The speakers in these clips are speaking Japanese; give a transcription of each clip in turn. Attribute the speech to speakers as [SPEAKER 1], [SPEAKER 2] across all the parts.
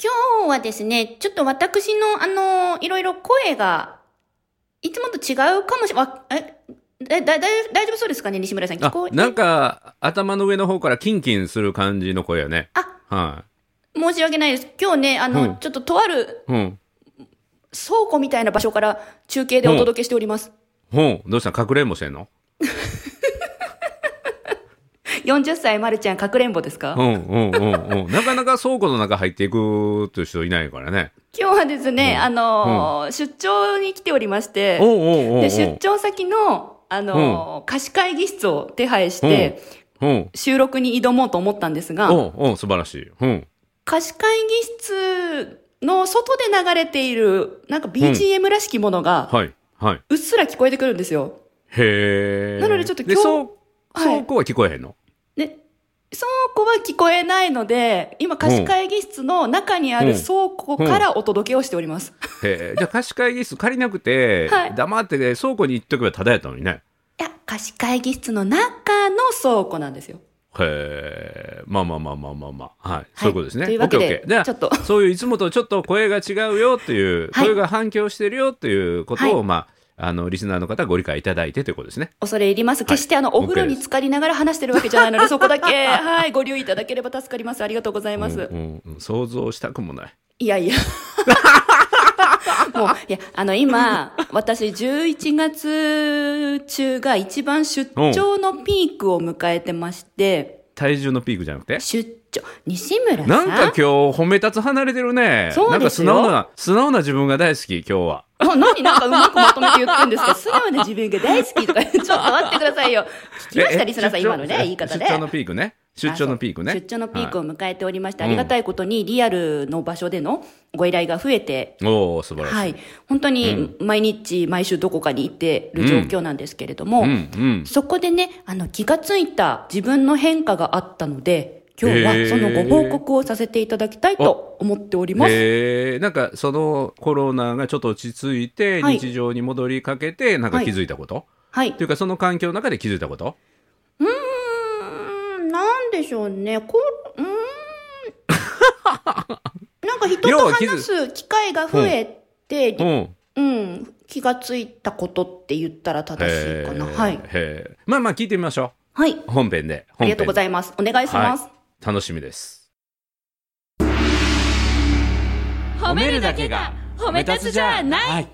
[SPEAKER 1] 今日はですね、ちょっと私の、あの、いろいろ声が、いつもと違うかもしれ、あ、え、だ、だ、だ大丈夫そうですかね、西村さん。聞
[SPEAKER 2] あ
[SPEAKER 1] こえ、
[SPEAKER 2] なんか、頭の上の方からキンキンする感じの声よね。
[SPEAKER 1] あ、
[SPEAKER 2] は
[SPEAKER 1] 申し訳ないです。今日ね、あの、
[SPEAKER 2] うん
[SPEAKER 1] ちょっととある
[SPEAKER 2] い。うん。
[SPEAKER 1] 倉庫みたいな場所から中継でお届けしております。
[SPEAKER 2] ほん、どうした隠れんぼしてんの
[SPEAKER 1] 40歳まるちゃん、かくれんぼですか、
[SPEAKER 2] うん、うん、うん、うん。なかなか倉庫の中入っていくという人いないからね。
[SPEAKER 1] 今日はですね、
[SPEAKER 2] うん
[SPEAKER 1] あのー出張に来ておりまして、
[SPEAKER 2] おうおうおうおう
[SPEAKER 1] で出張先の、あのー貸し会議室を手配して、
[SPEAKER 2] うん。
[SPEAKER 1] 収録に挑もうと思ったんですが、
[SPEAKER 2] おうおう素晴らしい。うん。
[SPEAKER 1] 貸し会議室の外で流れている、なんか BGM らしきものが、
[SPEAKER 2] はい、はい。
[SPEAKER 1] うっすら聞こえてくるんですよ。
[SPEAKER 2] へえ。
[SPEAKER 1] なのでちょっと今日
[SPEAKER 2] で
[SPEAKER 1] はい
[SPEAKER 2] 倉倉庫は聞こえへんの、
[SPEAKER 1] で、倉庫は聞こえないので、今貸し会議室の中にある倉庫からお届けをしております。
[SPEAKER 2] へえ。じゃあ貸し会議室借りなくて、
[SPEAKER 1] はい
[SPEAKER 2] 黙って、ね、倉庫に行っとけばただやったのにね。
[SPEAKER 1] いや、貸し会議室の中の倉庫なんですよ。
[SPEAKER 2] へえ、まあまあまあまあまあまあ。はい。そういうことですね。
[SPEAKER 1] というわけで
[SPEAKER 2] オッケーオッケーじゃあ
[SPEAKER 1] ちょっと
[SPEAKER 2] そういういつもとちょっと声が違うよっていう、
[SPEAKER 1] はい
[SPEAKER 2] 声が反響してるよっていうことを、
[SPEAKER 1] はい
[SPEAKER 2] まあ、あの、リスナーの方ご理解いただいてということですね。
[SPEAKER 1] 恐れ入ります。決してあの、
[SPEAKER 2] はい
[SPEAKER 1] お風呂に浸かりながら話してるわけじゃないので、そこだ け、はい、ご留意いただければ助かります。ありがとうございます。
[SPEAKER 2] うんうんうん想像したくもない。
[SPEAKER 1] いやい や。もう、いや、あの、 今、私、11月中が一番出張のピークを迎えてまして、
[SPEAKER 2] 体重のピークじゃなくて。
[SPEAKER 1] 出張、西村さ
[SPEAKER 2] なん
[SPEAKER 1] ん
[SPEAKER 2] か今日褒め立つ離れてるね。
[SPEAKER 1] そうですよ
[SPEAKER 2] なんか素直な、素直な自分が大好き、今日は。
[SPEAKER 1] もう何なんかうまくまとめて言ってんですか素直な自分が大好き とか、ちょっと待ってくださいよ。聞きました、
[SPEAKER 2] え
[SPEAKER 1] リスナーさん、
[SPEAKER 2] 出張
[SPEAKER 1] 今のね、言い方で。
[SPEAKER 2] 出張のピークね。出張のピークね。
[SPEAKER 1] あそう出張のピーク
[SPEAKER 2] は
[SPEAKER 1] を迎えておりまして、
[SPEAKER 2] はい
[SPEAKER 1] ありがたいことにリアルの場所でのご依頼が増えて、
[SPEAKER 2] いおお素晴らしい。
[SPEAKER 1] はい。本当に毎日、毎週どこかに行ってる状況なんですけれども、
[SPEAKER 2] うん、うん。
[SPEAKER 1] そこでね、あの、気がついた自分の変化があったので、今日は
[SPEAKER 2] へー
[SPEAKER 1] そのご報告をさせていただきたいと思っております。
[SPEAKER 2] えー、なんかそのコロナがちょっと落ち着いて
[SPEAKER 1] はい
[SPEAKER 2] 日常に戻りかけてなんか気づいたこと、
[SPEAKER 1] はい
[SPEAKER 2] と。いうかその環境の中で気づいたこと
[SPEAKER 1] うーんなんでしょうね。こう、う ーん。なんか人
[SPEAKER 2] 要
[SPEAKER 1] と
[SPEAKER 2] は気づ
[SPEAKER 1] 話す機会が増えて、う
[SPEAKER 2] うん
[SPEAKER 1] ん、気がついたことって言ったら正しいかな。
[SPEAKER 2] へー
[SPEAKER 1] はい。
[SPEAKER 2] へーまあまあ聞いてみましょ
[SPEAKER 1] はい。
[SPEAKER 2] う本編で
[SPEAKER 1] あ
[SPEAKER 2] 本
[SPEAKER 1] りが
[SPEAKER 2] 編で
[SPEAKER 1] とうございます。お願いします。
[SPEAKER 2] はい、楽しみです
[SPEAKER 1] 褒
[SPEAKER 2] はい、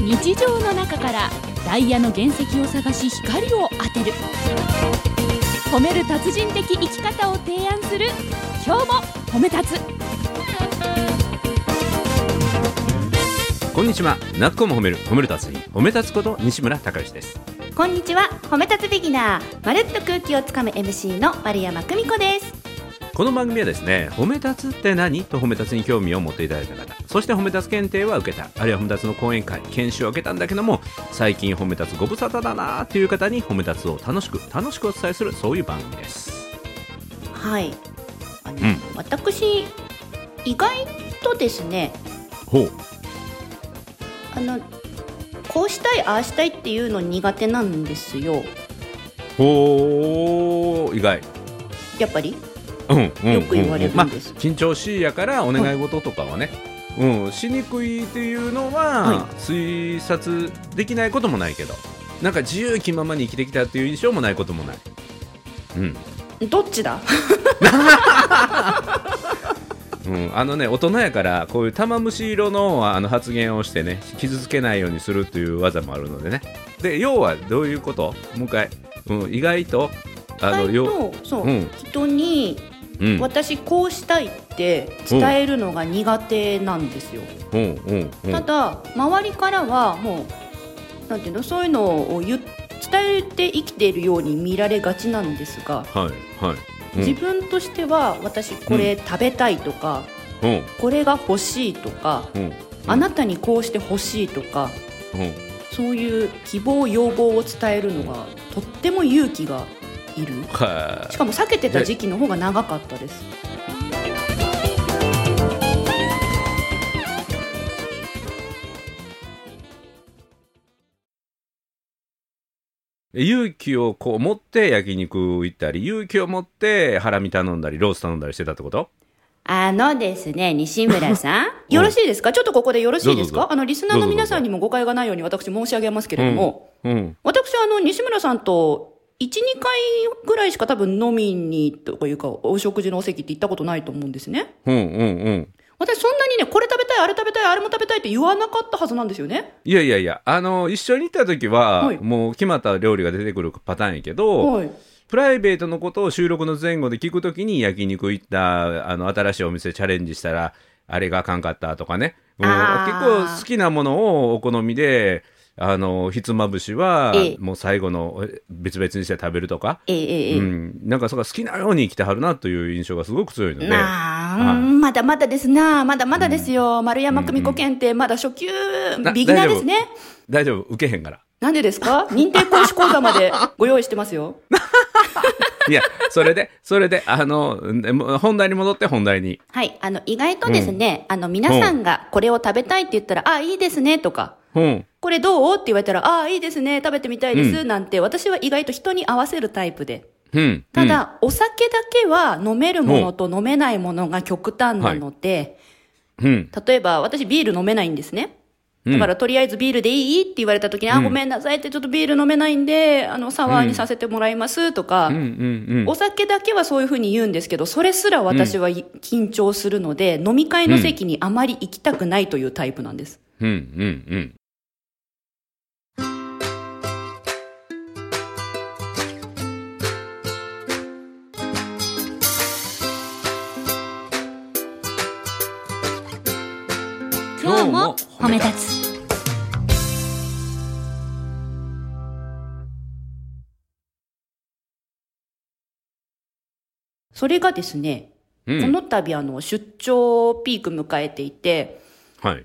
[SPEAKER 3] 日常の中からダイヤの原石を探し光を当てる褒める達人的生き方を提案する今日も褒め立つ
[SPEAKER 2] こんにちはなっこも褒める褒める達人褒め立つこと西村孝之です
[SPEAKER 1] こんにちは。褒め立つビギナー。まるっと空気をつかむ MC の丸山久美子です。
[SPEAKER 2] この番組はですね褒め立つって何と褒め立つに興味を持っていただいた方そして褒め立つ検定は受けたあるいは褒め立つの講演会研修を受けたんだけども最近褒め立つご無沙汰だなーっていう方に褒め立つを楽しく楽しくお伝えするそういう番組です
[SPEAKER 1] はい。あの、
[SPEAKER 2] うん
[SPEAKER 1] 私、意外とですね、
[SPEAKER 2] ほう
[SPEAKER 1] あの、こうしたい、ああしたいっていうの苦手なんですよ。
[SPEAKER 2] ほう意外
[SPEAKER 1] やっぱり
[SPEAKER 2] うんうんうん
[SPEAKER 1] よく言われるんです
[SPEAKER 2] まあ緊張しいやからお願い事とかはね、うん、しにくいっていうのは
[SPEAKER 1] は
[SPEAKER 2] 推察できないこともないけどなんか自由気ままに生きてきたっていう印象もないこともないうん
[SPEAKER 1] どっちだ
[SPEAKER 2] うん、あのね大人やからこういう玉虫色のあの発言をしてね傷つけないようにするという技もあるのでねで要はどういうこともう一回、うん、意外とあの
[SPEAKER 1] 意
[SPEAKER 2] よ
[SPEAKER 1] 外とそう、
[SPEAKER 2] うん
[SPEAKER 1] 人に
[SPEAKER 2] う、ん、
[SPEAKER 1] 私こうしたいって伝えるのが苦手なんですよ、
[SPEAKER 2] うんうんうん
[SPEAKER 1] ただ周りからはもうなんていうのそういうのを言っ伝えて生きているように見られがちなんですが、
[SPEAKER 2] はいはい、うん
[SPEAKER 1] 自分としては私これ食べたいとか、
[SPEAKER 2] うん
[SPEAKER 1] これが欲しいとか、
[SPEAKER 2] うん
[SPEAKER 1] あなたにこうして欲しいとか
[SPEAKER 2] うん
[SPEAKER 1] そういう希望要望を伝えるのがとっても勇気がいる
[SPEAKER 2] は
[SPEAKER 1] しかも避けてた時期の方が長かったです
[SPEAKER 2] 勇気をこう持って焼肉行ったり、勇気を持ってハラミ頼んだり、ロース頼んだりしてたってこと
[SPEAKER 1] あのですね、西村 さん。よろしいですかちょっとここでよろしいです
[SPEAKER 2] どうぞどう
[SPEAKER 1] か
[SPEAKER 2] ぞ
[SPEAKER 1] あの、リスナーの皆さんにも誤解がないように私申し上げますけれども、
[SPEAKER 2] うん。
[SPEAKER 1] 私あの、西村さんと、1、2回ぐらいしか多分飲みにとかいうか、お食事のお席って行ったことないと思うんですね。
[SPEAKER 2] うんうんうん。
[SPEAKER 1] 私そんなにね、これ食べたい、あれ食べたい、あれも食べたいって言わなかったはずなんですよね。
[SPEAKER 2] いやいやいや、あの、一緒に行った時は、
[SPEAKER 1] はい
[SPEAKER 2] もう決まった料理が出てくるパターンやけど、
[SPEAKER 1] はい。
[SPEAKER 2] プライベートのことを収録の前後で聞くときに焼肉行った、あの、新しいお店チャレンジしたら、あれがあかんかったとかね。うん、結
[SPEAKER 1] あー
[SPEAKER 2] 構好きなものをお好みで、あの、ひつまぶしは
[SPEAKER 1] ええ、
[SPEAKER 2] もう最後のえ別々にして食べるとか、
[SPEAKER 1] ええええええ。
[SPEAKER 2] うん、なんかそこは好きなように生きてはるなという印象がすごく強いので。
[SPEAKER 1] なあ、
[SPEAKER 2] はい
[SPEAKER 1] うんまだまだですな、まだまだですよ、丸山久美子検定、まだ初級、ビギナーですね。
[SPEAKER 2] 大丈夫、受けへんから。
[SPEAKER 1] なんでですか認定講師講座までご用意してますよ。
[SPEAKER 2] いや、それで、 それで、あの、ねもう本題に戻って本題に。
[SPEAKER 1] はい、あの、意外とですね、あの、皆さんがこれを食べたいって言ったら、ああ、いいですね、とか、
[SPEAKER 2] うん。
[SPEAKER 1] これどうって言われたら、ああ、いいですね、食べてみたいです、
[SPEAKER 2] う
[SPEAKER 1] なんて、私は意外と人に合わせるタイプで。
[SPEAKER 2] うん。
[SPEAKER 1] ただ、お酒だけは飲めるものと飲めないものが極端なので、
[SPEAKER 2] うん、
[SPEAKER 1] 例えば、私ビール飲めないんですね。
[SPEAKER 2] うん。
[SPEAKER 1] だから、とりあえずビールでいいって言われた時に、あ、
[SPEAKER 2] うん
[SPEAKER 1] ごめんなさいって、ちょっとビール飲めないんで、あの、サワーにさせてもらいますとか、
[SPEAKER 2] うん、うん、う
[SPEAKER 1] お
[SPEAKER 2] ん。
[SPEAKER 1] 酒だけはそういうふうに言うんですけど、それすら私はい緊張するので、飲み会の席にあまり行きたくないというタイプなんです。
[SPEAKER 2] うん、うん、うん。
[SPEAKER 3] 今日も褒め立つ
[SPEAKER 1] それがですね、
[SPEAKER 2] うん
[SPEAKER 1] この度あの、出張ピーク迎えていて、
[SPEAKER 2] はい。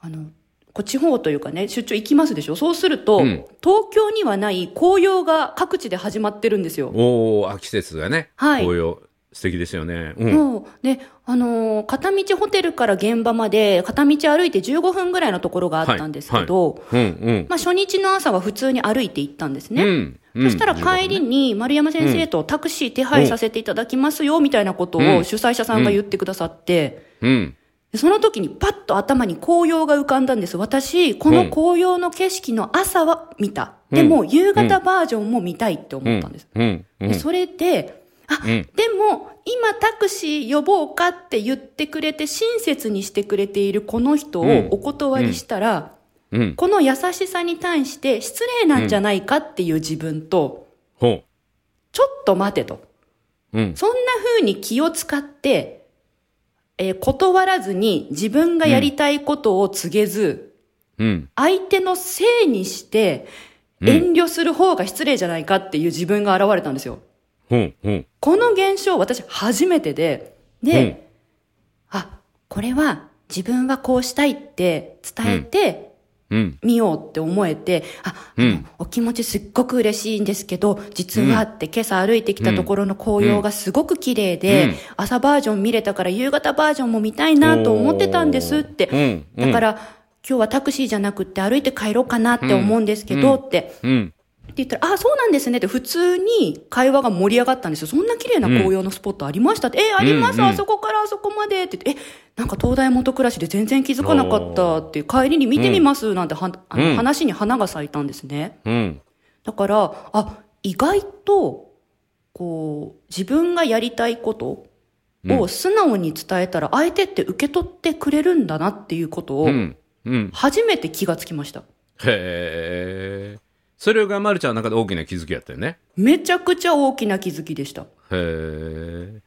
[SPEAKER 1] あの、こう地方というかね、出張行きますでしょそうすると、
[SPEAKER 2] うん
[SPEAKER 1] 東京にはない紅葉が各地で始まってるんですよ。
[SPEAKER 2] おー、あ季節がね、
[SPEAKER 1] はい
[SPEAKER 2] 紅葉、素敵ですよね。うん。
[SPEAKER 1] もう、で、あのー片道ホテルから現場まで、片道歩いて15分ぐらいのところがあったんですけど、
[SPEAKER 2] うん、うん。
[SPEAKER 1] まあ初日の朝は普通に歩いて行ったんですね。
[SPEAKER 2] うんうん
[SPEAKER 1] そしたら帰りに丸山先生とタクシー手配させていただきますよ、みたいなことを主催者さんが言ってくださって、
[SPEAKER 2] うん。
[SPEAKER 1] でその時にパッと頭に紅葉が浮かんだんです。私、この紅葉の景色の朝は見た。でも、夕方バージョンも見たいって
[SPEAKER 2] う
[SPEAKER 1] 思っ
[SPEAKER 2] ん
[SPEAKER 1] たんです。。
[SPEAKER 2] うん。うん
[SPEAKER 1] でそれで、あ、
[SPEAKER 2] うん
[SPEAKER 1] でも、今タクシー呼ぼうかって言ってくれて、親切にしてくれているこの人をお断りしたら、
[SPEAKER 2] うん。
[SPEAKER 1] この優しさに対して失礼なんじゃないかっていう自分と、
[SPEAKER 2] ほ
[SPEAKER 1] ちょっと待てと。
[SPEAKER 2] う。うん。
[SPEAKER 1] そんな風に気を使って、えー断らずに自分がやりたいことを告げず、
[SPEAKER 2] うん。
[SPEAKER 1] 相手のせいにして、遠慮する方が失礼じゃないかっていう自分が現れたんですよ。
[SPEAKER 2] ほう。ほう。
[SPEAKER 1] この現象私初めてで、で、
[SPEAKER 2] うん
[SPEAKER 1] あ、これは自分はこうしたいって伝えて、
[SPEAKER 2] うん。
[SPEAKER 1] 見ようって思えて、あ、
[SPEAKER 2] うん
[SPEAKER 1] あのお気持ちすっごく嬉しいんですけど、実はって今朝歩いてきたところの紅葉がすごく綺麗で、
[SPEAKER 2] うん
[SPEAKER 1] 朝バージョン見れたから夕方バージョンも見たいなと思ってたんですって。
[SPEAKER 2] うん。、
[SPEAKER 1] だからら、今日はタクシーじゃなくって歩いて帰ろうかなって思うんですけどって、
[SPEAKER 2] うん。
[SPEAKER 1] って言ったら、あ、そうなんですねって普通に会話が盛り上がったんですよ。そんな綺麗な紅葉のスポットありましたって、え、あります、
[SPEAKER 2] うんうん
[SPEAKER 1] あそこからあそこまでって言って、え、なんか東大元暮らしで全然気づかなかったって、帰りに見てみますなんては、あの
[SPEAKER 2] うん
[SPEAKER 1] 話に花が咲いたんですね。
[SPEAKER 2] うん。
[SPEAKER 1] だから、あ、意外と、こう、自分がやりたいこと
[SPEAKER 2] う
[SPEAKER 1] を素直に伝えたら、相手って受け取ってくれるんだなっていうことを
[SPEAKER 2] う、ん。うん。
[SPEAKER 1] 初めて気がつきました。
[SPEAKER 2] へえ。それがまるちゃんの中で大きな気づきやったよね。
[SPEAKER 1] めちゃくちゃ大きな気づきでした。
[SPEAKER 2] へえ。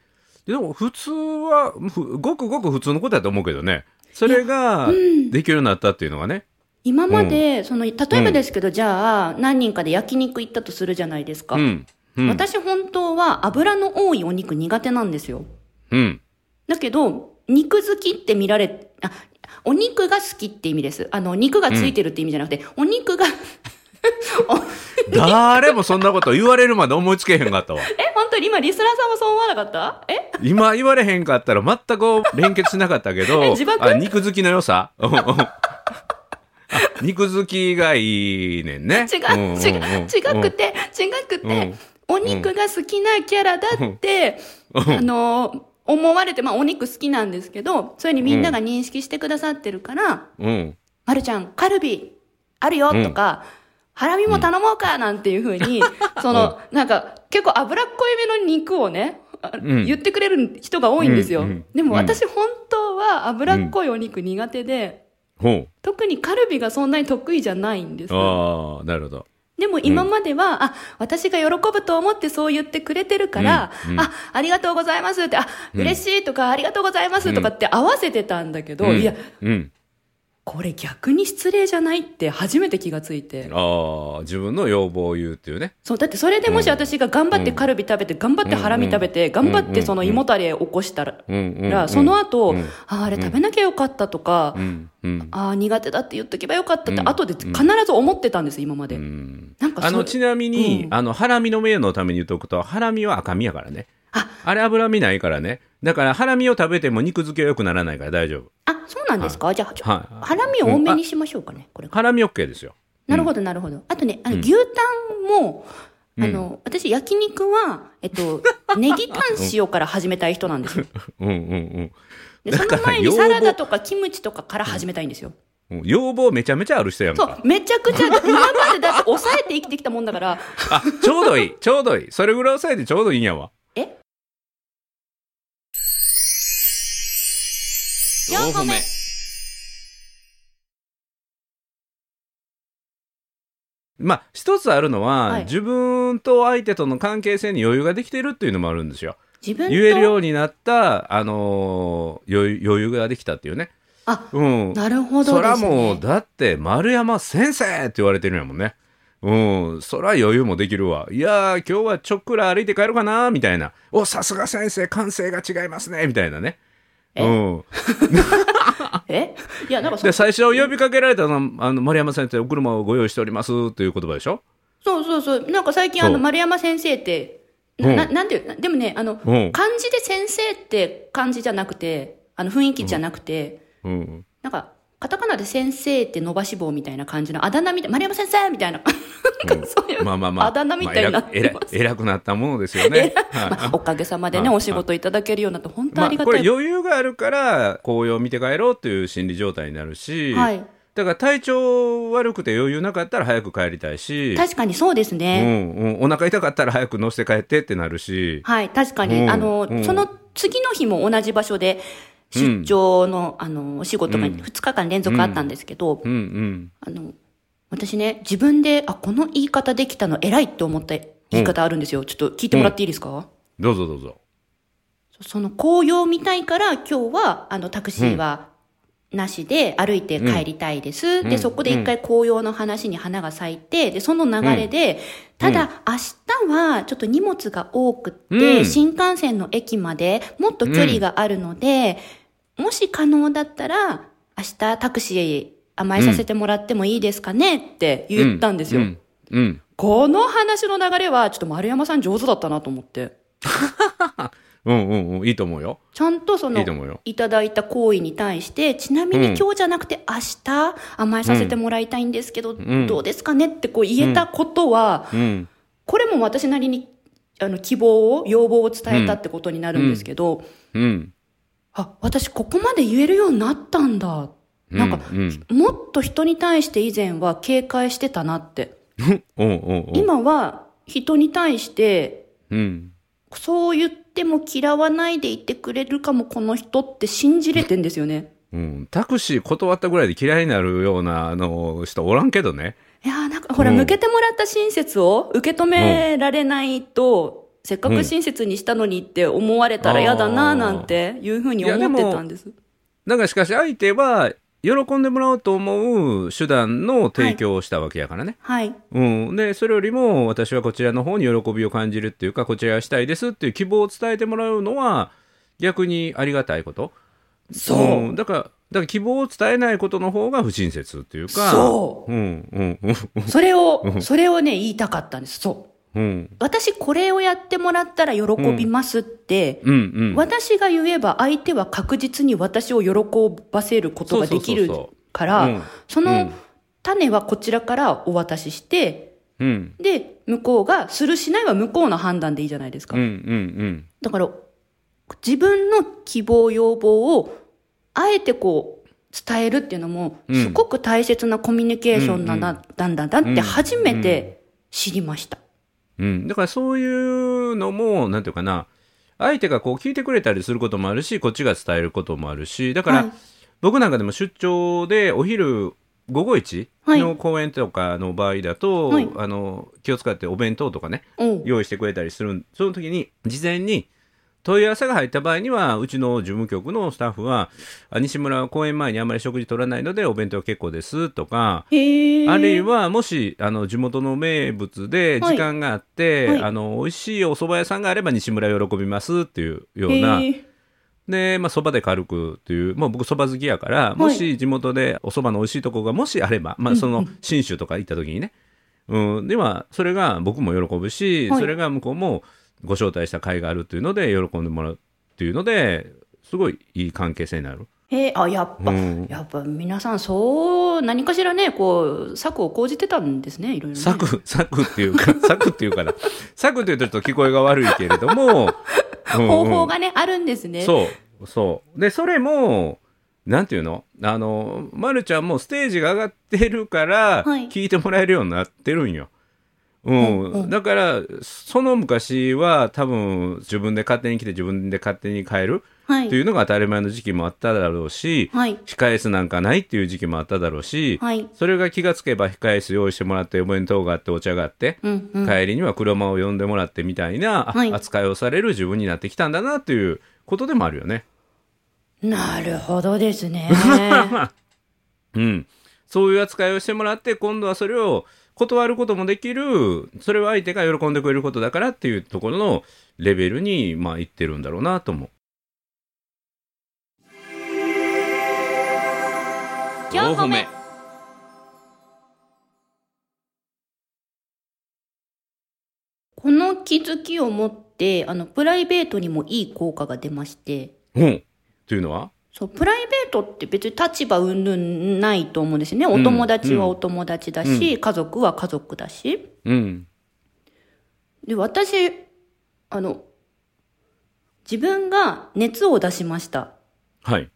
[SPEAKER 2] でも普通は、ふごくごく普通のことやと思うけどね。それができるようになったっていうのがね。
[SPEAKER 1] 今まで、その、例えばですけど、じゃあ、何人かで焼肉行ったとするじゃないですか。
[SPEAKER 2] うん。うん。
[SPEAKER 1] 私本当は油の多いお肉苦手なんですよ。
[SPEAKER 2] うん。
[SPEAKER 1] だけど、肉好きって見られ、あ、お肉が好きって意味です。あの、肉がついてるって意味じゃなくて、お肉が、え、
[SPEAKER 2] 誰もそんなこと言われるまで思いつけへんかったわ。
[SPEAKER 1] 本当に今リスナーさんもそう思わなかったえ
[SPEAKER 2] 今言われへんかっ たら全く連結しなかったけど
[SPEAKER 1] 自、爆
[SPEAKER 2] あ肉好きの良さ。うんうんあ肉好きがいいねんね。
[SPEAKER 1] 違う、違う、違くて、違くて、お肉が好きなキャラだって、
[SPEAKER 2] うんうん
[SPEAKER 1] あの、思われて、まあお肉好きなんですけど、それにみんなが認識してくださってるから、
[SPEAKER 2] うん。うん。
[SPEAKER 1] まるちゃん、カルビあるよ
[SPEAKER 2] うん
[SPEAKER 1] とか、ハラミも頼もうかなんていうふう に、その、なんか、結構脂っこいめの肉をね、あ
[SPEAKER 2] うん
[SPEAKER 1] 言ってくれる人が多いんですよ。
[SPEAKER 2] うんうん
[SPEAKER 1] でも
[SPEAKER 2] うん
[SPEAKER 1] 私、本当は脂っこいお肉苦手で、
[SPEAKER 2] ほ
[SPEAKER 1] 特にカルビがそんなに得意じゃないんです
[SPEAKER 2] う。。ああ、なるほど。
[SPEAKER 1] でも今までは、あ、私が喜ぶと思ってそう言ってくれてるから、
[SPEAKER 2] うんうん
[SPEAKER 1] あ、ありがとうございますって、あ、
[SPEAKER 2] うん
[SPEAKER 1] 嬉しいとか、ありがとうございますとかって合わせてたんだけど、
[SPEAKER 2] ん
[SPEAKER 1] いや、
[SPEAKER 2] うん。
[SPEAKER 1] これ逆に失礼じゃないって初めて気がついて。
[SPEAKER 2] ああ、自分の要望を言うっていうね。
[SPEAKER 1] そう、だってそれでもし
[SPEAKER 2] うん
[SPEAKER 1] 私が頑張ってカルビ食べて、頑張ってハラミ食べて、頑張ってその胃もたれ起こしたら、
[SPEAKER 2] うんうん、うん。
[SPEAKER 1] その後、
[SPEAKER 2] うん
[SPEAKER 1] あ、あれ食べなきゃよかったとか、
[SPEAKER 2] うん。うん。
[SPEAKER 1] ああ、苦手だって言っとけばよかったって、
[SPEAKER 2] うん
[SPEAKER 1] 後で必ず思ってたんです、今まで。
[SPEAKER 2] うん
[SPEAKER 1] なんかそ
[SPEAKER 2] あの
[SPEAKER 1] う
[SPEAKER 2] ちなみに、
[SPEAKER 1] うん
[SPEAKER 2] あのハラミの名誉のために言っておくとハラミは赤身やからね
[SPEAKER 1] あ
[SPEAKER 2] あれ脂身ないからねだからハラミを食べても肉付けは良くならないから大丈夫
[SPEAKER 1] あ、そうなんですか、じゃあ、ちょ
[SPEAKER 2] はい
[SPEAKER 1] ハラミを多めにしましょうかね、これから。
[SPEAKER 2] ハラミ OK ですよ
[SPEAKER 1] なるほど、なるほど。あとね、あの
[SPEAKER 2] うん
[SPEAKER 1] 牛タンも、
[SPEAKER 2] うん
[SPEAKER 1] あの、私、焼肉は、えっ と、ネギタン塩から始めたい人なんですよ。
[SPEAKER 2] うんうん
[SPEAKER 1] で、
[SPEAKER 2] だ
[SPEAKER 1] そ
[SPEAKER 2] から
[SPEAKER 1] の前に
[SPEAKER 2] 要望
[SPEAKER 1] サラダとかキムチとかから始めたいんですよ。
[SPEAKER 2] うんうん要望めちゃめちゃある人やん
[SPEAKER 1] そ
[SPEAKER 2] か
[SPEAKER 1] う、めちゃくちゃ、今までだって抑えて生きてきたもんだから、
[SPEAKER 2] あちょうどいいちょうどいいそれぐらい抑えてちょうどいいんやわ
[SPEAKER 1] え
[SPEAKER 2] 4
[SPEAKER 1] 個目
[SPEAKER 2] まあ一つあるのは、
[SPEAKER 1] はい
[SPEAKER 2] 自分と相手との関係性に余裕ができてるっていうのもあるんですよ
[SPEAKER 1] 自分と、
[SPEAKER 2] 言えるようになった、あのー余裕余裕ができたっていうね
[SPEAKER 1] あ、
[SPEAKER 2] うん
[SPEAKER 1] なるほど
[SPEAKER 2] そ
[SPEAKER 1] で
[SPEAKER 2] ら
[SPEAKER 1] す、ね。
[SPEAKER 2] もうだって丸山先生って言われてるんやもんねうんそら余裕もできるわいやー今日はちょっくら歩いて帰ろうかなみたいなおさすが先生感性が違いますねみたいなね
[SPEAKER 1] え
[SPEAKER 2] うん、
[SPEAKER 1] えいや、なんかそ
[SPEAKER 2] で、最初呼びかけられたのはあの丸山先生お車をご用意しておりますという言葉でしょ
[SPEAKER 1] そうそうそう。なんか最近あ
[SPEAKER 2] そ
[SPEAKER 1] の、
[SPEAKER 2] う
[SPEAKER 1] 丸山先生って、な、
[SPEAKER 2] う
[SPEAKER 1] なんていうな、でもね、あの、
[SPEAKER 2] うん
[SPEAKER 1] 漢字で先生って漢字じゃなくて、あの、雰囲気じゃなくて、
[SPEAKER 2] うん
[SPEAKER 1] なんか、カタカナで先生って伸ばし棒みたいな感じの、あだ名みたい、丸山先生みたいな、なんかそういう、
[SPEAKER 2] まあまあまあ
[SPEAKER 1] あだ名みたいになってます
[SPEAKER 2] まあ偉い偉くなったものですよ ね、はい
[SPEAKER 1] まあおかげさまでね、
[SPEAKER 2] あ
[SPEAKER 1] お仕事いただけるようになって、本当
[SPEAKER 2] ま
[SPEAKER 1] あ
[SPEAKER 2] あ、
[SPEAKER 1] りが
[SPEAKER 2] こ
[SPEAKER 1] た
[SPEAKER 2] れ
[SPEAKER 1] い。
[SPEAKER 2] 余裕があるから紅葉を見て帰ろうという心理状態になるし、
[SPEAKER 1] はい
[SPEAKER 2] だから体調悪くて余裕なかったら早く帰りたいし、
[SPEAKER 1] 確かにそうです
[SPEAKER 2] う
[SPEAKER 1] ね。
[SPEAKER 2] んうん、お腹痛かったら早く乗せて帰ってってなるし、
[SPEAKER 1] はい、確か
[SPEAKER 2] う
[SPEAKER 1] に。
[SPEAKER 2] ん
[SPEAKER 1] あの
[SPEAKER 2] う、ん
[SPEAKER 1] その次の日も同じ場所で、出張の、あの、お仕事が2日間連続あったんですけど、
[SPEAKER 2] うんうん、
[SPEAKER 1] あの、私ね、自分で、あ、この言い方できたの偉いって思った言い方あるんですよ。ちょっと聞いてもらっていいですか、
[SPEAKER 2] どうぞどうぞ。
[SPEAKER 1] そその紅葉見たいから、今日は、あの、タクシーは、なしで歩いて帰りたいです。で、そこで一回紅葉の話に花が咲いて、で、その流れで、ただ明日はちょっと荷物が多くって、
[SPEAKER 2] うん
[SPEAKER 1] 新幹線の駅までもっと距離があるので、もし可能だったら、明日タクシー甘えさせてもらってもいいですかねって言ったんですよ。
[SPEAKER 2] うんうん
[SPEAKER 1] この話の流れは、ちょっと丸山さん上手だったなと思って。
[SPEAKER 2] うんうんうん、いいと思うよ。
[SPEAKER 1] ちゃんとその、
[SPEAKER 2] いいと思うよ
[SPEAKER 1] いただいた行為に対して、ちなみ
[SPEAKER 2] うん
[SPEAKER 1] に今日じゃなくて明日甘えさせてもらいたいんですけど、
[SPEAKER 2] ん
[SPEAKER 1] どうですかねってこう言えたことは、
[SPEAKER 2] うん
[SPEAKER 1] これも私なりに、あの、希望を、要望を伝えたってことになるんですけど、
[SPEAKER 2] うん
[SPEAKER 1] あ、私ここまで言えるようになったんだ。
[SPEAKER 2] う
[SPEAKER 1] なんか、
[SPEAKER 2] うん
[SPEAKER 1] もっと人に対して以前は警戒してたなって。
[SPEAKER 2] おうおうおう
[SPEAKER 1] 今は人に対して、
[SPEAKER 2] うん
[SPEAKER 1] そう言っても嫌わないでいてくれるかもこの人って信じれてんですよね。
[SPEAKER 2] うん、タクシー断ったぐらいで嫌いになるようなあの人おらんけどね。
[SPEAKER 1] いやーなんかほら、
[SPEAKER 2] うん
[SPEAKER 1] 向けてもらった親切を受け止められないと、せっかく親切にしたのにって思われたら嫌だなーなんていうふうに思ってたんです。
[SPEAKER 2] だがしかし相手は喜んでもらおうと思う手段の提供をしたわけやからね。
[SPEAKER 1] はい。
[SPEAKER 2] うん、でそれよりも私はこちらの方に喜びを感じるっていうかこちらがしたいですっていう希望を伝えてもらうのは逆にありがたいこと
[SPEAKER 1] そう。
[SPEAKER 2] んだからだから希望を伝えないことの方が不親切っていうか、
[SPEAKER 1] そう
[SPEAKER 2] んうんうん
[SPEAKER 1] う。それを、それをね、言いたかったんです。そう。
[SPEAKER 2] うん
[SPEAKER 1] 私これをやってもらったら喜びますって、
[SPEAKER 2] うんうん
[SPEAKER 1] 私が言えば相手は確実に私を喜ばせることができる
[SPEAKER 2] そうそうそうそう
[SPEAKER 1] か
[SPEAKER 2] うん
[SPEAKER 1] ら、その、種はこちらからお渡しして、
[SPEAKER 2] うん。
[SPEAKER 1] で、向こうが、するしないは向こうの判断でいいじゃないですか。
[SPEAKER 2] うんうん
[SPEAKER 1] だから、自分の希望、要望を、あえてこう、伝えるっていうのも、
[SPEAKER 2] うん
[SPEAKER 1] すごく大切なコミュニケーションなんだ、なんだ、なんだって初めて知りました。
[SPEAKER 2] うん。うん。だからそういうのも、なんていうかな、相手がこう聞いてくれたりすることもあるし、こっちが伝えることもあるし、だから、
[SPEAKER 1] はい
[SPEAKER 2] 僕なんかでも出張でお昼、午後一
[SPEAKER 1] はい
[SPEAKER 2] の公演とかの場合だと、
[SPEAKER 1] はい
[SPEAKER 2] あの、気を使ってお弁当とかね、
[SPEAKER 1] おう
[SPEAKER 2] 用意してくれたりするんその時に事前に問い合わせが入った場合にはうちの事務局のスタッフはあ西村は公演前にあんまり食事取らないのでお弁当結構ですとか、
[SPEAKER 1] へえ。
[SPEAKER 2] あるいはもしあの地元の名物で時間があって、
[SPEAKER 1] はいはい
[SPEAKER 2] あの美味しいお蕎麦屋さんがあれば西村喜びますっていうような
[SPEAKER 1] へえ
[SPEAKER 2] で、まあ、蕎麦で軽くっていう、まあ、僕蕎麦好きやから、もし地元でお蕎麦の美味しいとこがもしあれば、まあ、その信州とか行った時にね、うん、ではそれが僕も喜ぶし、
[SPEAKER 1] はい
[SPEAKER 2] それが向こうもご招待した会があるっていうので喜んでもらうっていうのですごいいい関係性になる。
[SPEAKER 1] へえ、あ、やっぱ、
[SPEAKER 2] うん
[SPEAKER 1] やっぱ皆さん、そう、何かしらね、こう、策を講じてたんですね、いろいろ、ね。
[SPEAKER 2] 策、策っていうか、 策っていうかな。策っていうとちょっと聞こえが悪いけれど も、うんうん
[SPEAKER 1] 方法がね、あるんですね。
[SPEAKER 2] そう、そう。で、それも、なんていうのあの、まるちゃんもステージが上がってるから、
[SPEAKER 1] はい
[SPEAKER 2] 聞いてもらえるようになってるんよ。うん。
[SPEAKER 1] うんうん
[SPEAKER 2] だから、その昔は多分自分で勝手に来て自分で勝手に変える
[SPEAKER 1] は
[SPEAKER 2] ってい
[SPEAKER 1] い。
[SPEAKER 2] うのが当たり前の時期もあっただろうし、
[SPEAKER 1] はい。
[SPEAKER 2] 控え室なんかないっていう時期もあっただろうし、
[SPEAKER 1] はい。
[SPEAKER 2] それが気がつけば控え室用意してもらってお弁当があってお茶があって、
[SPEAKER 1] うんうん。
[SPEAKER 2] 帰りには車を呼んでもらってみたいな、あ
[SPEAKER 1] はい
[SPEAKER 2] 扱いをされる自分になってきたんだなということでもあるよね。
[SPEAKER 1] なるほどです ね。
[SPEAKER 2] うん、そういう扱いをしてもらって今度はそれを断ることもできるそれは相手が喜んでくれることだからっていうところのレベルにまあいってるんだろうなと思う。
[SPEAKER 3] 4歩目
[SPEAKER 1] この気づきを持って、あの、プライベートにもいい効果が出まして、
[SPEAKER 2] うん、というのは
[SPEAKER 1] そう、プライベートって別に立場云々ないと思うんですよね。お友達はお友達だし、家族は家族だし。
[SPEAKER 2] うん
[SPEAKER 1] で、私、あの、自分が熱を出しました。
[SPEAKER 2] はい。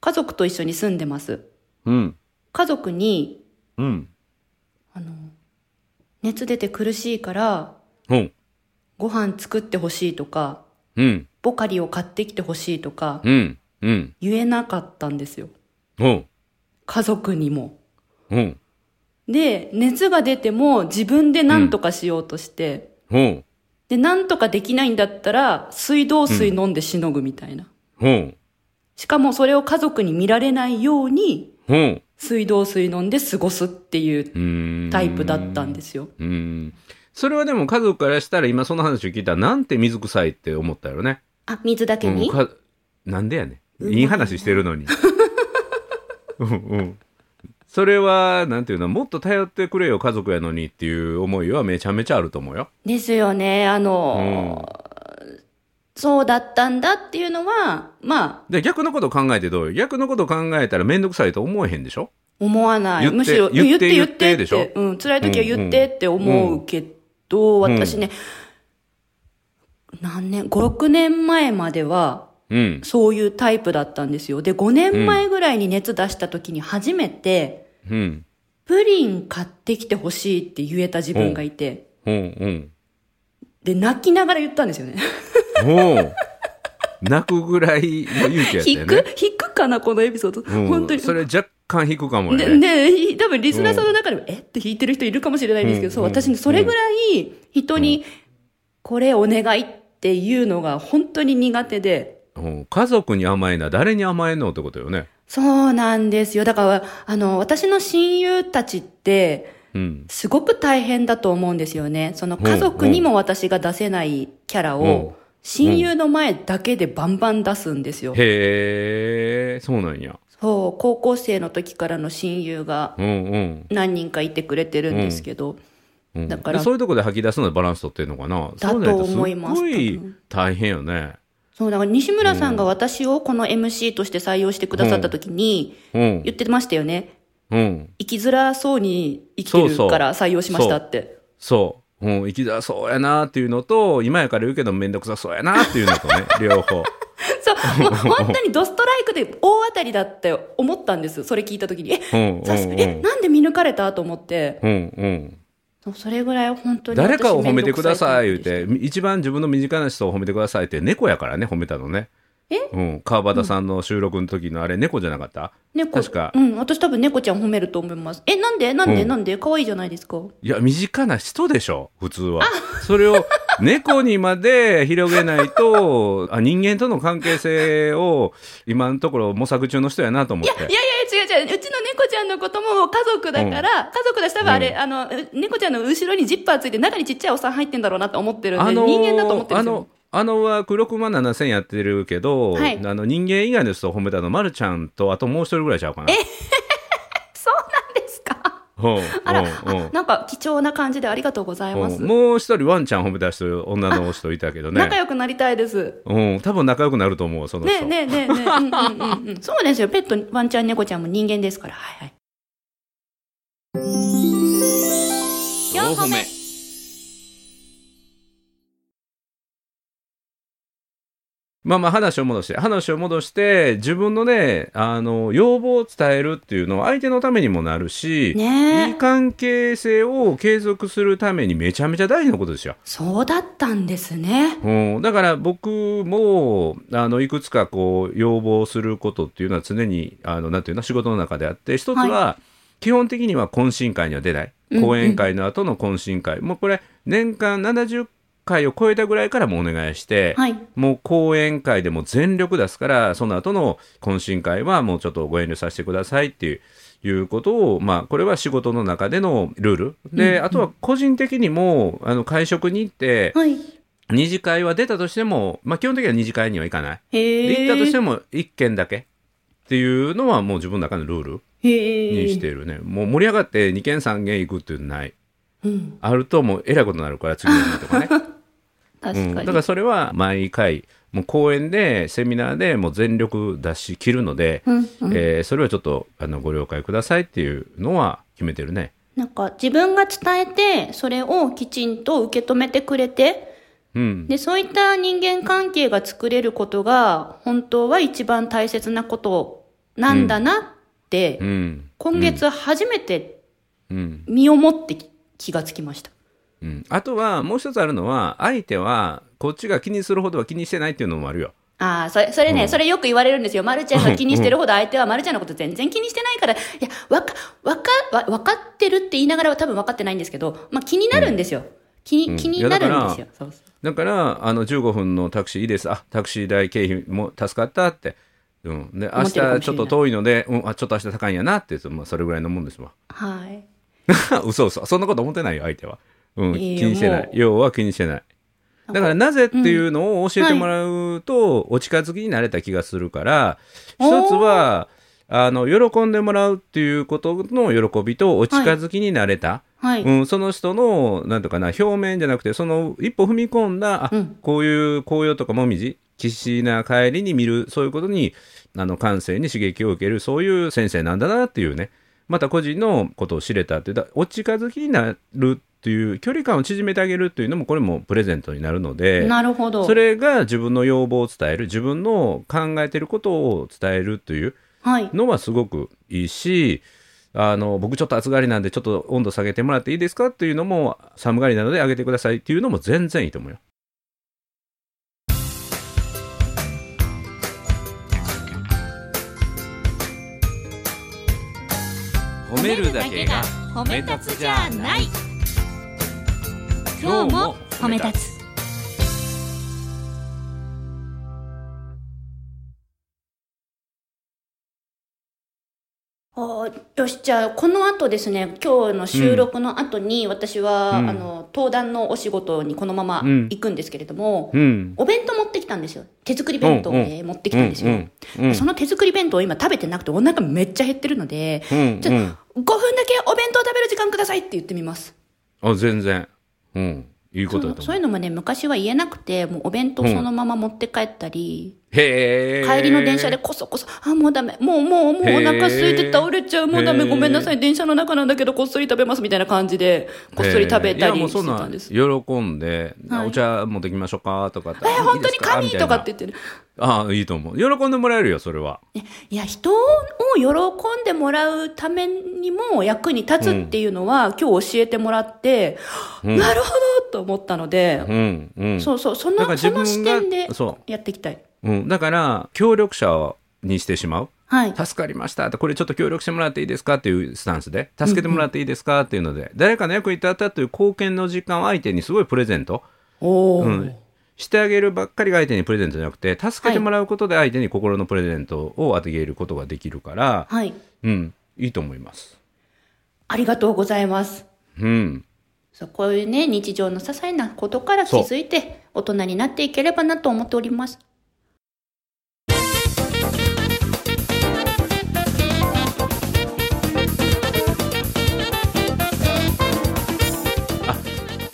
[SPEAKER 1] 家族と一緒に住んでます。
[SPEAKER 2] うん
[SPEAKER 1] 家族に、
[SPEAKER 2] うん
[SPEAKER 1] 熱出て苦しいから、
[SPEAKER 2] うん
[SPEAKER 1] ご飯作ってほしいとか、
[SPEAKER 2] うん
[SPEAKER 1] ボカリを買ってきてほしいとか、
[SPEAKER 2] うんうん
[SPEAKER 1] 言えなかったんですよ。
[SPEAKER 2] うん
[SPEAKER 1] 家族にも。
[SPEAKER 2] うん
[SPEAKER 1] で、熱が出ても自分で何とかしようとして、
[SPEAKER 2] うん
[SPEAKER 1] で、何とかできないんだったら、水道水飲んでしのぐみたいな。
[SPEAKER 2] うん
[SPEAKER 1] しかもそれを家族に見られないように、
[SPEAKER 2] うん
[SPEAKER 1] 水道水飲んで過ごすっていう
[SPEAKER 2] うーん
[SPEAKER 1] タイプだったんですよ。
[SPEAKER 2] うんそれはでも家族からしたら今その話を聞いたらなんて水臭いって思ったよね。
[SPEAKER 1] あ、水だけ
[SPEAKER 2] うん
[SPEAKER 1] に、
[SPEAKER 2] かなんでやねん。いい話してるのに。うんうん。それは、なんていうの、もっと頼ってくれよ、家族やのにっていう思いはめちゃめちゃあると思うよ。
[SPEAKER 1] ですよね。あの、そうだったんだっていうのは、まあ、
[SPEAKER 2] で、逆のこと考えてどうよ。逆のこと考えたらめんどくさいと思えへんでしょ
[SPEAKER 1] 思わな
[SPEAKER 2] 言っ
[SPEAKER 1] い。
[SPEAKER 2] て
[SPEAKER 1] むしろ、
[SPEAKER 2] 言って
[SPEAKER 1] 言
[SPEAKER 2] 言
[SPEAKER 1] っ
[SPEAKER 2] ってて
[SPEAKER 1] 言って
[SPEAKER 2] でしょ
[SPEAKER 1] うん、辛い時は言ってって思うけど、
[SPEAKER 2] んうん
[SPEAKER 1] 私ね、何年、5、6年前までは、
[SPEAKER 2] うん。
[SPEAKER 1] そういうタイプだったんですよ。で、5年前ぐらいに熱出した時に初めて、
[SPEAKER 2] うん。
[SPEAKER 1] プリン買ってきてほしいって言えた自分がいて、
[SPEAKER 2] うん。
[SPEAKER 1] で、泣きながら言ったんですよね。
[SPEAKER 2] うん。おう泣くぐらいの勇気やった
[SPEAKER 1] 引
[SPEAKER 2] よ
[SPEAKER 1] く
[SPEAKER 2] ね。
[SPEAKER 1] 引くかなこのエピソード。
[SPEAKER 2] うん
[SPEAKER 1] 本当に。
[SPEAKER 2] それ若干引くかもよ
[SPEAKER 1] で、
[SPEAKER 2] ね。
[SPEAKER 1] で、ひ多分リスナーさんの中でも、えって弾いてる人いるかもしれないんですけど、そう、
[SPEAKER 2] うん
[SPEAKER 1] 私ね、それぐらい人に、これお願いっていうのが本当に苦手で、
[SPEAKER 2] うん家族に甘えな、誰に甘えんのってことよね。
[SPEAKER 1] そうなんですよ。だから、あの、私の親友たちって、
[SPEAKER 2] うん。
[SPEAKER 1] すごく大変だと思うんですよね。その家族にも私が出せないキャラ
[SPEAKER 2] うん
[SPEAKER 1] を、親友の前だけでバンバン出すんですよ。
[SPEAKER 2] へえ、そうなんや。
[SPEAKER 1] そう、高校生の時からの親友が
[SPEAKER 2] うんうん。
[SPEAKER 1] 何人かいてくれてるんですけど、
[SPEAKER 2] うん
[SPEAKER 1] だから
[SPEAKER 2] でそういうところで吐き出すのはバランス取ってるのかな
[SPEAKER 1] だと思います
[SPEAKER 2] そうなるとす
[SPEAKER 1] 多
[SPEAKER 2] っごい大変よね
[SPEAKER 1] そう、だから西村さんが私をこの MC として採用してくださった時に
[SPEAKER 2] うん
[SPEAKER 1] 言ってましたよね。
[SPEAKER 2] うん。
[SPEAKER 1] 生きづらそうに生きて
[SPEAKER 2] そうそ
[SPEAKER 1] る
[SPEAKER 2] う
[SPEAKER 1] から採用しましたって。
[SPEAKER 2] そう。うん、生きづらそうやなっていうのと、今やから言うけどめんどくさそうやなっていうの とね、両方。
[SPEAKER 1] そうもう本当にドストライクで大当たりだって思ったんです。それ聞いたときに。え、
[SPEAKER 2] うん、うん、う
[SPEAKER 1] さすえ、
[SPEAKER 2] ん。
[SPEAKER 1] なんで見抜かれたと思って。
[SPEAKER 2] うん、うん。
[SPEAKER 1] そうそれぐらい本当に私
[SPEAKER 2] 誰かを褒めてください言う
[SPEAKER 1] めんどくさ
[SPEAKER 2] て、一番自分の身近な人を褒めてくださいって、猫やからね、褒めたのね。
[SPEAKER 1] え
[SPEAKER 2] うん、川端さんの収録の時のあれ、猫じゃなかった
[SPEAKER 1] 猫
[SPEAKER 2] 確か
[SPEAKER 1] うん私多分猫ちゃん褒めると思いますえなんでなんで、
[SPEAKER 2] うん
[SPEAKER 1] なんで可愛いじゃないですか
[SPEAKER 2] いや、身近な人でしょ、普通は。それを猫にまで広げないと、あ人間との関係性を今のところ模索中の人やなと思っ
[SPEAKER 1] いやい
[SPEAKER 2] て。
[SPEAKER 1] や違う違ううちの猫ちゃんのことも家族だから、家族だし多分あれ、
[SPEAKER 2] うん
[SPEAKER 1] あのう猫ちゃんの後ろにジッパーついて中にちっちゃいおっさん入ってんだろうなと思ってるんで、
[SPEAKER 2] あのー
[SPEAKER 1] 人間だと思ってる
[SPEAKER 2] あ
[SPEAKER 1] んですよ
[SPEAKER 2] の、あのは黒熊7000やってるけど、
[SPEAKER 1] はい
[SPEAKER 2] あの人間以外の人を褒めたの、まるちゃんとあともう一人ぐらいちゃうかな。
[SPEAKER 1] そうなんですか
[SPEAKER 2] うん
[SPEAKER 1] あら、
[SPEAKER 2] うんうん
[SPEAKER 1] あなんか貴重な感じでありがとうございます、
[SPEAKER 2] うんもう一人ワンちゃん褒めた人、女の人いたけどね
[SPEAKER 1] 仲。良くなりたいです
[SPEAKER 2] うん、多分仲良くなると思う、その
[SPEAKER 1] ね
[SPEAKER 2] 人。
[SPEAKER 1] えねえねえねえ、うんうんうん うん、そうですよペットワンちゃん猫ちゃんも人間ですからはいはい
[SPEAKER 3] 4歩目
[SPEAKER 2] まあまあ話を戻して、話を戻して、自分のね、あの、要望を伝えるっていうのは相手のためにもなるし、
[SPEAKER 1] ねえ
[SPEAKER 2] いい関係性を継続するためにめちゃめちゃ大事なことですよ。
[SPEAKER 1] そうだったんですね。
[SPEAKER 2] うん、だから僕も、あの、いくつかこう、要望することっていうのは常に、あの、なんていうの、仕事の中であって、一つは、基本的には懇親会には出ない。
[SPEAKER 1] うん
[SPEAKER 2] 講演会の後の懇親会。もうこれ、年間70回を超えたぐらいからもうお願いして、
[SPEAKER 1] はい。
[SPEAKER 2] もう講演会でも全力出すから、その後の懇親会はもうちょっとご遠慮させてくださいっていう。いうことを、まあ、これは仕事の中でのルール。で、あとは個人的にも、あの、会食に行って、
[SPEAKER 1] はい。
[SPEAKER 2] 二次会は出たとしても、まあ、基本的には二次会には行かない。
[SPEAKER 1] へ
[SPEAKER 2] で、
[SPEAKER 1] え。
[SPEAKER 2] 行ったとして
[SPEAKER 1] も。
[SPEAKER 2] も一件だけ。っていうのはもう自分の中のルール
[SPEAKER 1] へえ。
[SPEAKER 2] にしているね。もう盛り上がって二件三件行くっていうのない。
[SPEAKER 1] うん。
[SPEAKER 2] あるともうえらいことになるから、次の日とか ね。
[SPEAKER 1] 確
[SPEAKER 2] うん、
[SPEAKER 1] か
[SPEAKER 2] だ
[SPEAKER 1] に。
[SPEAKER 2] からそれは毎回もう講演でセミナーでもう全力出し切るので、
[SPEAKER 1] うんうん、
[SPEAKER 2] えーそれはちょっとあのご了解くださいっていうのは決めてるね。
[SPEAKER 1] なんか自分が伝えてそれをきちんと受け止めてくれて
[SPEAKER 2] うん、
[SPEAKER 1] でそういった人間関係が作れることが本当は一番大切なことなんだなって、
[SPEAKER 2] うん、
[SPEAKER 1] 今月初めて
[SPEAKER 2] うん、
[SPEAKER 1] 身をもって気がつきました。
[SPEAKER 2] うん。あとはもう一つあるのは相手はこっちが気にするほどは気にしてないっていうのもあるよ。
[SPEAKER 1] ああ、それ、それね、
[SPEAKER 2] うん
[SPEAKER 1] それよく言われるんですよ。まるちゃん が気にしてるほど相手はまるちゃんのこと全然気にしてないから、いや、わか、わか、わ、わかってるって言いながら多分わかってないんですけど、まあ気になるんですよ。気
[SPEAKER 2] う
[SPEAKER 1] に、
[SPEAKER 2] ん
[SPEAKER 1] 気になる
[SPEAKER 2] いやだ
[SPEAKER 1] ん
[SPEAKER 2] から
[SPEAKER 1] ですよ。そうそう
[SPEAKER 2] だからあの15分のタクシーいいです。あタクシー代経費も助かったって。うん、で
[SPEAKER 1] 思
[SPEAKER 2] 明
[SPEAKER 1] って
[SPEAKER 2] 日ち
[SPEAKER 1] るか
[SPEAKER 2] ょ
[SPEAKER 1] も
[SPEAKER 2] っ
[SPEAKER 1] しれない
[SPEAKER 2] と遠いので、うん、あちょっと明日高いんやなって言うと、まあ、それぐらいのもんですわ。
[SPEAKER 1] はい。
[SPEAKER 2] 嘘嘘そんなこと思ってないよ相手は、うん、気
[SPEAKER 1] いいよ
[SPEAKER 2] にしてな
[SPEAKER 1] も
[SPEAKER 2] いう要は気にしてないだからなぜっていうのを教えてもらうと、お近づきになれた気がするから
[SPEAKER 1] おー
[SPEAKER 2] 一つはあの喜んでもらうっていうことの喜びとお近づきになれた、
[SPEAKER 1] はい。
[SPEAKER 2] うん、その人のなんとかな表面じゃなくてその一歩踏み込んだ、あ
[SPEAKER 1] うん
[SPEAKER 2] こういう紅葉とかもみじ岸な帰りに見るそういうことにあの感性に刺激を受けるそういう先生なんだなっていうねまた個人のことを知れたっていうだお近づきになるっていう距離感を縮めてあげるっていうのもこれもプレゼントになるので
[SPEAKER 1] なるほど。
[SPEAKER 2] それが自分の要望を伝える自分の考えてることを伝えるという
[SPEAKER 1] はい。
[SPEAKER 2] のはすごくいいしあの僕ちょっと暑がりなんでちょっと温度下げてもらっていいですかっていうのも寒がりなので上げてくださいっていうのも全然いいと思うよ。褒
[SPEAKER 3] 褒
[SPEAKER 2] め立つじゃない
[SPEAKER 3] 今日も褒め立つ
[SPEAKER 1] あーよし、じゃあ、この後ですね、今日の収録の後に、私は、
[SPEAKER 2] うん
[SPEAKER 1] あの、登壇のお仕事にこのまま
[SPEAKER 2] うん
[SPEAKER 1] 行くんですけれども、
[SPEAKER 2] うん。
[SPEAKER 1] お弁当持ってきたんですよ。手作り弁当を
[SPEAKER 2] うん
[SPEAKER 1] ね、持ってきたんですよ。
[SPEAKER 2] うんうんうん
[SPEAKER 1] その手作り弁当を今食べてなくてお腹めっちゃ減ってるので、
[SPEAKER 2] うん
[SPEAKER 1] ちょっと
[SPEAKER 2] うん
[SPEAKER 1] 5分だけお弁当食べる時間くださいって言ってみます。
[SPEAKER 2] あ全然。うん。いいことだと
[SPEAKER 1] そ
[SPEAKER 2] 思
[SPEAKER 1] うい。
[SPEAKER 2] う
[SPEAKER 1] うのもね、昔は言えなくて、もうお弁当そのまま持って帰ったり、
[SPEAKER 2] へえ。
[SPEAKER 1] 帰りの電車でこそこそ、あ、もうダメ、もうもうもうお
[SPEAKER 2] へー
[SPEAKER 1] 腹空いて倒れちゃう、もうダ
[SPEAKER 2] へ
[SPEAKER 1] メ、
[SPEAKER 2] ー
[SPEAKER 1] ごめんなさい、電車の中なんだけどこっそり食べますみたいな感じで、こっそり食べた
[SPEAKER 2] いやも
[SPEAKER 1] り
[SPEAKER 2] う
[SPEAKER 1] して
[SPEAKER 2] そん
[SPEAKER 1] た
[SPEAKER 2] なんん
[SPEAKER 1] です。
[SPEAKER 2] 喜んで、
[SPEAKER 1] はい
[SPEAKER 2] お茶持ってきましょうかとかって。
[SPEAKER 1] えー、本当に
[SPEAKER 2] いい
[SPEAKER 1] 神
[SPEAKER 2] です
[SPEAKER 1] とかって
[SPEAKER 2] み
[SPEAKER 1] 言ってる。
[SPEAKER 2] たいなああ、いいと思う。喜んでもらえるよ、それは。
[SPEAKER 1] いや、人を喜んでもらうためにも役に立つっていうのは、今日教えてもらって、
[SPEAKER 2] うん
[SPEAKER 1] なるほどと思ったので
[SPEAKER 2] う、ん、うん。
[SPEAKER 1] そうそう、そ
[SPEAKER 2] だか
[SPEAKER 1] の、
[SPEAKER 2] ら自
[SPEAKER 1] そ
[SPEAKER 2] 分が
[SPEAKER 1] の視点で
[SPEAKER 2] そ
[SPEAKER 1] やっていきたい。
[SPEAKER 2] うん。だから、協力者にしてしまう。
[SPEAKER 1] はい。
[SPEAKER 2] 助かりましたって、これちょっと協力してもらっていいですかっていうスタンスで、助けてもらっていいですかっていうので、誰かの役に立ったという貢献の実感を相手にすごいプレゼント、
[SPEAKER 1] おお、
[SPEAKER 2] うん、してあげるばっかりが相手にプレゼントじゃなくて、助けてもらうことで相手に心のプレゼントをあげることができるから、
[SPEAKER 1] はい。
[SPEAKER 2] うん、いいと思います。
[SPEAKER 1] ありがとうございます。
[SPEAKER 2] うん。
[SPEAKER 1] そうこういうね、日常の些細なことから気づいて、大人になっていければなと思っております。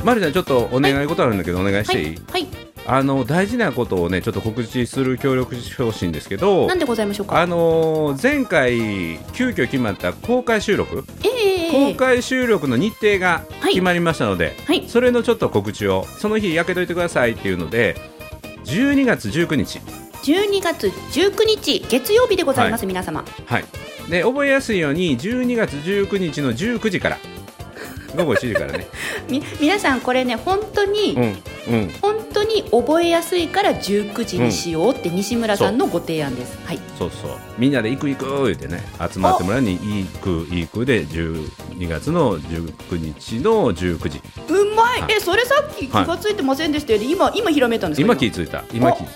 [SPEAKER 2] まるちゃん、ちょっとお願い事あるんだけど、お願いし
[SPEAKER 1] は
[SPEAKER 2] ていい、
[SPEAKER 1] い。はい。
[SPEAKER 2] あの、大事なことをね、ちょっと告知する協力してほしいんですけど
[SPEAKER 1] な、んでございましょうか
[SPEAKER 2] あのー前回、急遽決まった公開収録、
[SPEAKER 1] ええ
[SPEAKER 2] 公開収録の日程が
[SPEAKER 1] はい
[SPEAKER 2] 決まりましたので、
[SPEAKER 1] はい
[SPEAKER 2] それのちょっと告知を、その日、やけといてくださいっていうので、12月19日、
[SPEAKER 1] 12月19日、月曜日でございます、皆様。
[SPEAKER 2] はい、で覚えやすいように、12月19日の19時から、午後1時 からね、
[SPEAKER 1] み、皆さんこれね、本当に、
[SPEAKER 2] うん、うん、
[SPEAKER 1] 本当に覚えやすいから19時にしようって西村さんのご提案です。はい。
[SPEAKER 2] そうそうみんなで行く行く言ってね集まってもらうに行く行くで12月の19日の19時
[SPEAKER 1] うまい
[SPEAKER 2] は。い
[SPEAKER 1] え、それさっき気がついてませんでしたよね。今、今ひらめいたんですか
[SPEAKER 2] 今気づいた今気づい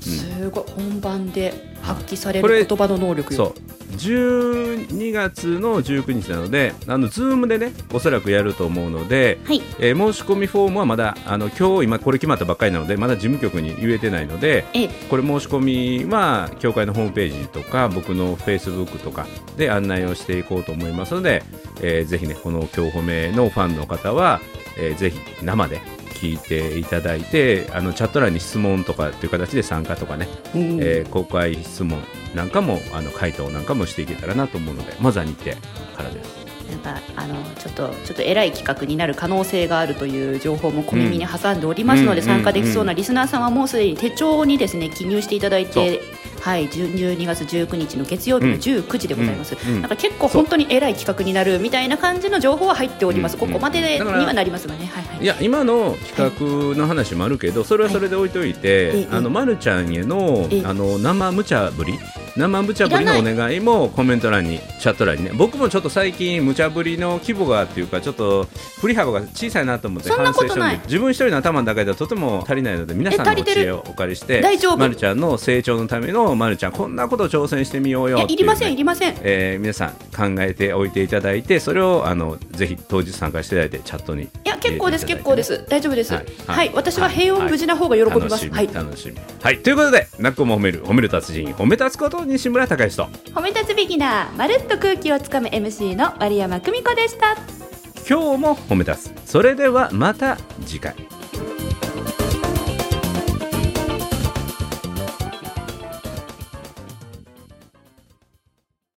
[SPEAKER 1] すごい。本番で発揮され
[SPEAKER 2] これ
[SPEAKER 1] る言葉の能力
[SPEAKER 2] た
[SPEAKER 1] よ。
[SPEAKER 2] そう12月の19日なのであのズームでねおそらくやると思うので、
[SPEAKER 1] はい。
[SPEAKER 2] えー申し込みフォームはまだあの今日今これ決まったばっかりなのでまだ事務局に言えてないので
[SPEAKER 1] ええ、
[SPEAKER 2] これ申し込みは協会のホームページとか僕のフェイスブックとかで案内をしていこうと思いますので、えーぜひねこの「今日褒め」のファンの方は、えーぜひ生で聞いていただいてあのチャット欄に質問とかっていう形で参加とかね、
[SPEAKER 1] うん
[SPEAKER 2] えー公開質問なんかもあの回答なんかもしていけたらなと思うのでまずは日程からです。
[SPEAKER 1] なんかあのちょっとちょっと偉い企画になる可能性があるという情報も小耳に挟んでおりますので、
[SPEAKER 2] うん
[SPEAKER 1] 参加できそうなリスナーさんはもうすでに手帳にですね記入していただいて、はい、10 12月19日の月曜日の
[SPEAKER 2] うん
[SPEAKER 1] 19時でございます、
[SPEAKER 2] うんうん
[SPEAKER 1] なんか結構本当に偉い企画になるみたいな感じの情報は入っております、
[SPEAKER 2] うん
[SPEAKER 1] ここまでに
[SPEAKER 2] だから
[SPEAKER 1] はなりますがね、はいはい
[SPEAKER 2] いや今の企画の話もあるけど、それはそれで置いといて、
[SPEAKER 1] はいええ
[SPEAKER 2] あのまるちゃんへの
[SPEAKER 1] ええ
[SPEAKER 2] あの生無茶ぶり生無茶ぶりの
[SPEAKER 1] いら
[SPEAKER 2] お
[SPEAKER 1] な
[SPEAKER 2] 願いもコメント欄にチャット欄にね僕もちょっと最近無茶ぶりの規模がっていうかちょっと振り幅が小さいなと思って
[SPEAKER 1] そんな
[SPEAKER 2] 反省
[SPEAKER 1] こと
[SPEAKER 2] してるん
[SPEAKER 1] な
[SPEAKER 2] で
[SPEAKER 1] い
[SPEAKER 2] 自分一人の頭の中ではとても足りないので皆さん
[SPEAKER 1] え
[SPEAKER 2] の
[SPEAKER 1] 足り
[SPEAKER 2] お
[SPEAKER 1] てる
[SPEAKER 2] 知恵をお借りして
[SPEAKER 1] 大丈夫
[SPEAKER 2] まるちゃんの成長のためのまるちゃんこんなことを挑戦してみようよ
[SPEAKER 1] い
[SPEAKER 2] っ
[SPEAKER 1] や
[SPEAKER 2] てい
[SPEAKER 1] いうりません、
[SPEAKER 2] ね
[SPEAKER 1] いりません
[SPEAKER 2] えー皆さん考えておいていただいてそれをあのぜひ当日参加していただいてチャットにい
[SPEAKER 1] いや結構です、結構です大丈夫です
[SPEAKER 2] は
[SPEAKER 1] はいい、
[SPEAKER 2] はい
[SPEAKER 1] 私は平穏無事な方が喜びます、はい
[SPEAKER 2] 楽しみ、楽しみ。はい、ということで、なっこも褒める、褒める達人、褒め立つこと西村隆之と。
[SPEAKER 1] 褒め立つビギナーまるっと空気をつかむ MC の丸山久美子でした
[SPEAKER 2] 今日も褒め立つ。それでは、また次回。